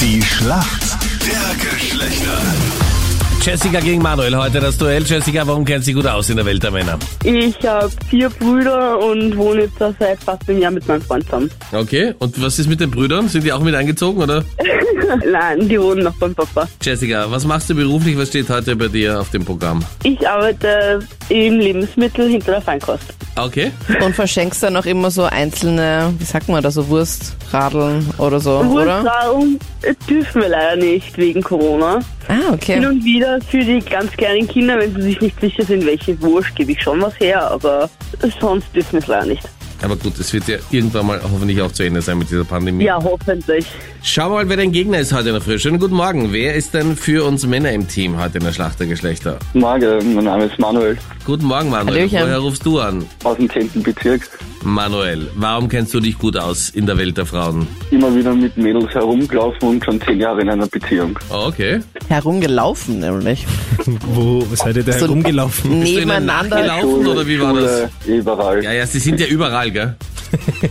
Die Schlacht der Geschlechter. Jessica gegen Manuel heute das Duell. Jessica, warum kennt sie gut aus in der Welt der Männer? Ich habe vier Brüder und wohne jetzt da seit fast einem Jahr mit meinem Freund zusammen. Okay, und was ist mit den Brüdern? Sind die auch mit eingezogen, oder? Nein, die wohnen noch beim Papa. Jessica, was machst du beruflich? Was steht heute bei dir auf dem Programm? Ich arbeite im Lebensmittel hinter der Feinkost. Okay. Und verschenkst dann auch immer so einzelne, wie sagt man da, so Wurstradeln oder so, oder? Wurstraum äh, dürfen wir leider nicht wegen Corona. Ah, Hin okay. und wieder für die ganz kleinen Kinder, wenn sie sich nicht sicher sind, welche Wurst, gebe ich schon was her, aber sonst dürfen wir es leider nicht. Aber gut, es wird ja irgendwann mal hoffentlich auch zu Ende sein mit dieser Pandemie. Ja, hoffentlich. Schauen wir mal, wer dein Gegner ist heute in der Früh. Schönen guten Morgen. Wer ist denn für uns Männer im Team heute in der Schlacht der Geschlechter? Morgen, mein Name ist Manuel Guten Morgen, Manuel. Hallöchen. Woher rufst du an? aus dem 10. Bezirk. Manuel, warum kennst du dich gut aus in der Welt der Frauen? Immer wieder mit Mädels herumgelaufen und schon zehn Jahre in einer Beziehung. Oh, okay. Herumgelaufen nämlich. Wo seid ihr da So- Also, herumgelaufen? ihnen Nebeneinander. nachgelaufen? Laufen, oder wie war Schule, Überall. Ja, ja, sie sind ja überall, gell?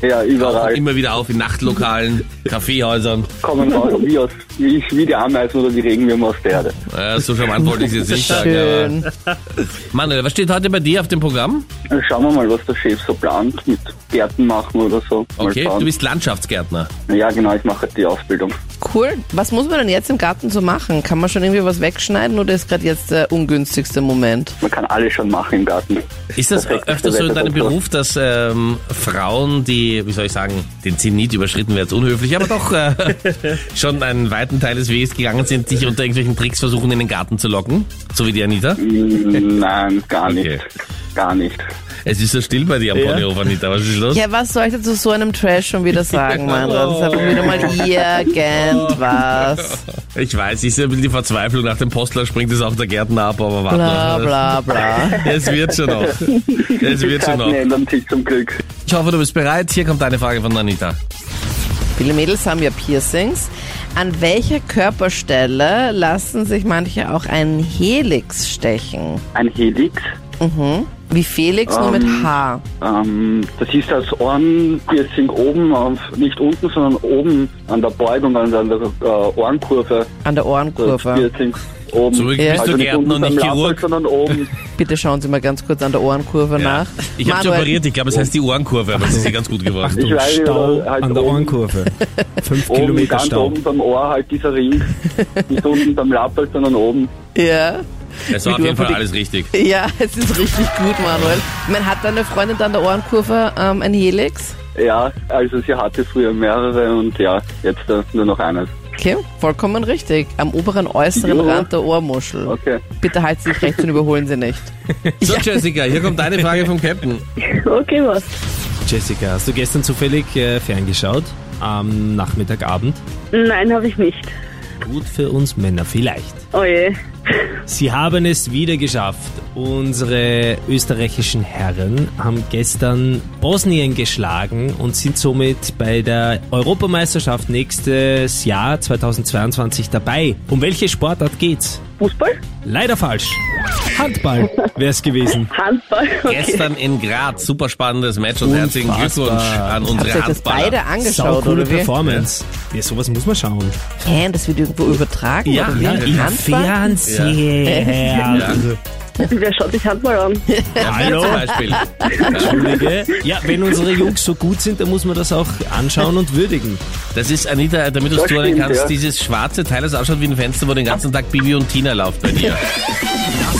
Ja, überall. Immer wieder auf in Nachtlokalen, Kaffeehäusern. Kommen raus, wie, aus, wie, ich- wie die Ameisen oder die Regenwürmer aus der Erde. Äh, so charmant wollte ich es jetzt nicht sagen. Aber. Schön. Manuel, was steht heute bei dir auf dem Programm? Dann Schauen wir mal, was der Chef so plant mit Gärten machen oder so. Mal Okay, schauen. du bist Landschaftsgärtner. ja, genau, ich mache die Ausbildung. Cool. Was muss man denn jetzt im Garten so machen? Kann man schon irgendwie was wegschneiden oder ist gerade jetzt der ungünstigste Moment? Man kann alles schon machen im Garten. Ist das Perfekt, öfter so in perfekt, deinem perfekt. Beruf, dass ähm, Frauen, die, wie soll ich sagen, den Zenit überschritten wäre jetzt unhöflich, aber doch äh, schon einen weiten Teil des Weges gegangen sind, dich unter irgendwelchen Tricks versuchen, in den Garten zu locken? So wie die Anita? Mm, Nein, gar Okay. nicht. Gar nicht. Es ist so still bei dir am Ja. Ponyhof, Anita. Was ist los? Ja, was soll ich denn zu so einem Trash schon wieder sagen, Mann? Das ist einfach wieder mal irgendwas. Ich weiß, ich sehe ein bisschen die Verzweiflung. Nach dem Postler springt es auch der Gärtner ab, aber warte. Bla bla bla. Ah, Es wird schon noch. Es Die wird schon Karten noch. ändern sich zum Glück. Ich hoffe, du bist bereit. Hier kommt eine Frage von Anita. Viele Mädels haben ja Piercings. An welcher Körperstelle lassen sich manche auch einen Helix stechen? Ein Helix. Wie Felix, nur mit H. Ähm, das ist das Ohrenpiercing oben, auf, nicht unten, sondern oben an der Beugung, an der, an der äh, Ohrenkurve. An der Das Ohrenkurve. Piercing oben. Zurück Ja. bist also du nicht Gärtner unten und am nicht Lapel, Chirurg. sondern oben. Bitte schauen Sie mal ganz kurz an der Ohrenkurve nach. Ich habe Manuel, operiert, ich glaube, es heißt die Ohrenkurve, aber es ist ja ganz gut geworden. Ich weiß nicht, Stau aber halt an der oben, Ohrenkurve. Fünf oben Kilometer ganz Stau. oben beim Ohr halt dieser Ring. nicht unten beim Lappel, sondern oben. Ja. Es war auf Wie du jeden Fall operiert- alles richtig. ja, es ist richtig gut, Manuel. Man hat deine Freundin an der Ohrenkurve ähm, ein Helix? Ja, also sie hatte früher mehrere und ja, jetzt äh, nur noch eines. Okay, vollkommen richtig. Am oberen äußeren Ja. Rand der Ohrmuschel. Okay. Bitte halten Sie sich rechts und überholen Sie nicht. So, Jessica, hier kommt eine Frage vom Captain. Okay, was? Jessica, hast du gestern zufällig äh, ferngeschaut? Am Nachmittagabend? Nein, habe ich nicht. Gut für uns Männer vielleicht. Oh je. Sie haben es wieder geschafft. Unsere österreichischen Herren haben gestern Bosnien geschlagen und sind somit bei der Europameisterschaft nächstes Jahr 2022 dabei. Um welche Sportart geht's? Fußball? Leider falsch. Handball wär's gewesen. Handball? Okay. Gestern in Graz, super spannendes Match und herzlichen Unfassbar. Glückwunsch an Habt ihr unsere euch das Handballer. beide angeschaut, Saucoole oder wie? Performance. Ja, sowas muss man schauen. Hä, das wird irgendwo übertragen? Ja, oder wie? ja, im Handball? Fernsehen. Also, Wer schaut sich Handball an? Hallo? Zum Beispiel. Entschuldige. Ja, wenn unsere Jungs so gut sind, dann muss man das auch anschauen und würdigen. Das ist, Anita, damit du es Das zuhören stimmt, kannst, ja. dieses schwarze Teil, das ausschaut wie ein Fenster, wo den ganzen Tag Bibi und Tina läuft bei dir.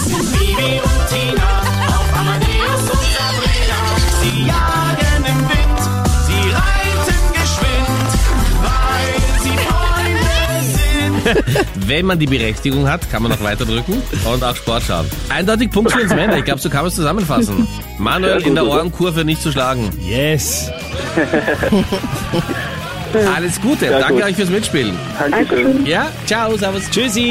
Bibi und Tina auf Amadeus und Sabrina. Sie jagen im Wind, sie reiten geschwind, weil sie Freunde sind. Wenn man die Berechtigung hat, kann man noch weiter drücken und auch Sport schauen. Eindeutig Punkt für uns Männer. Ich glaube, so kann man es zusammenfassen. Manuel in der Ohrenkurve nicht zu schlagen. Yes. Alles Gute. Danke gut. euch fürs Mitspielen. Dankeschön. Ja, ciao, servus. Tschüssi.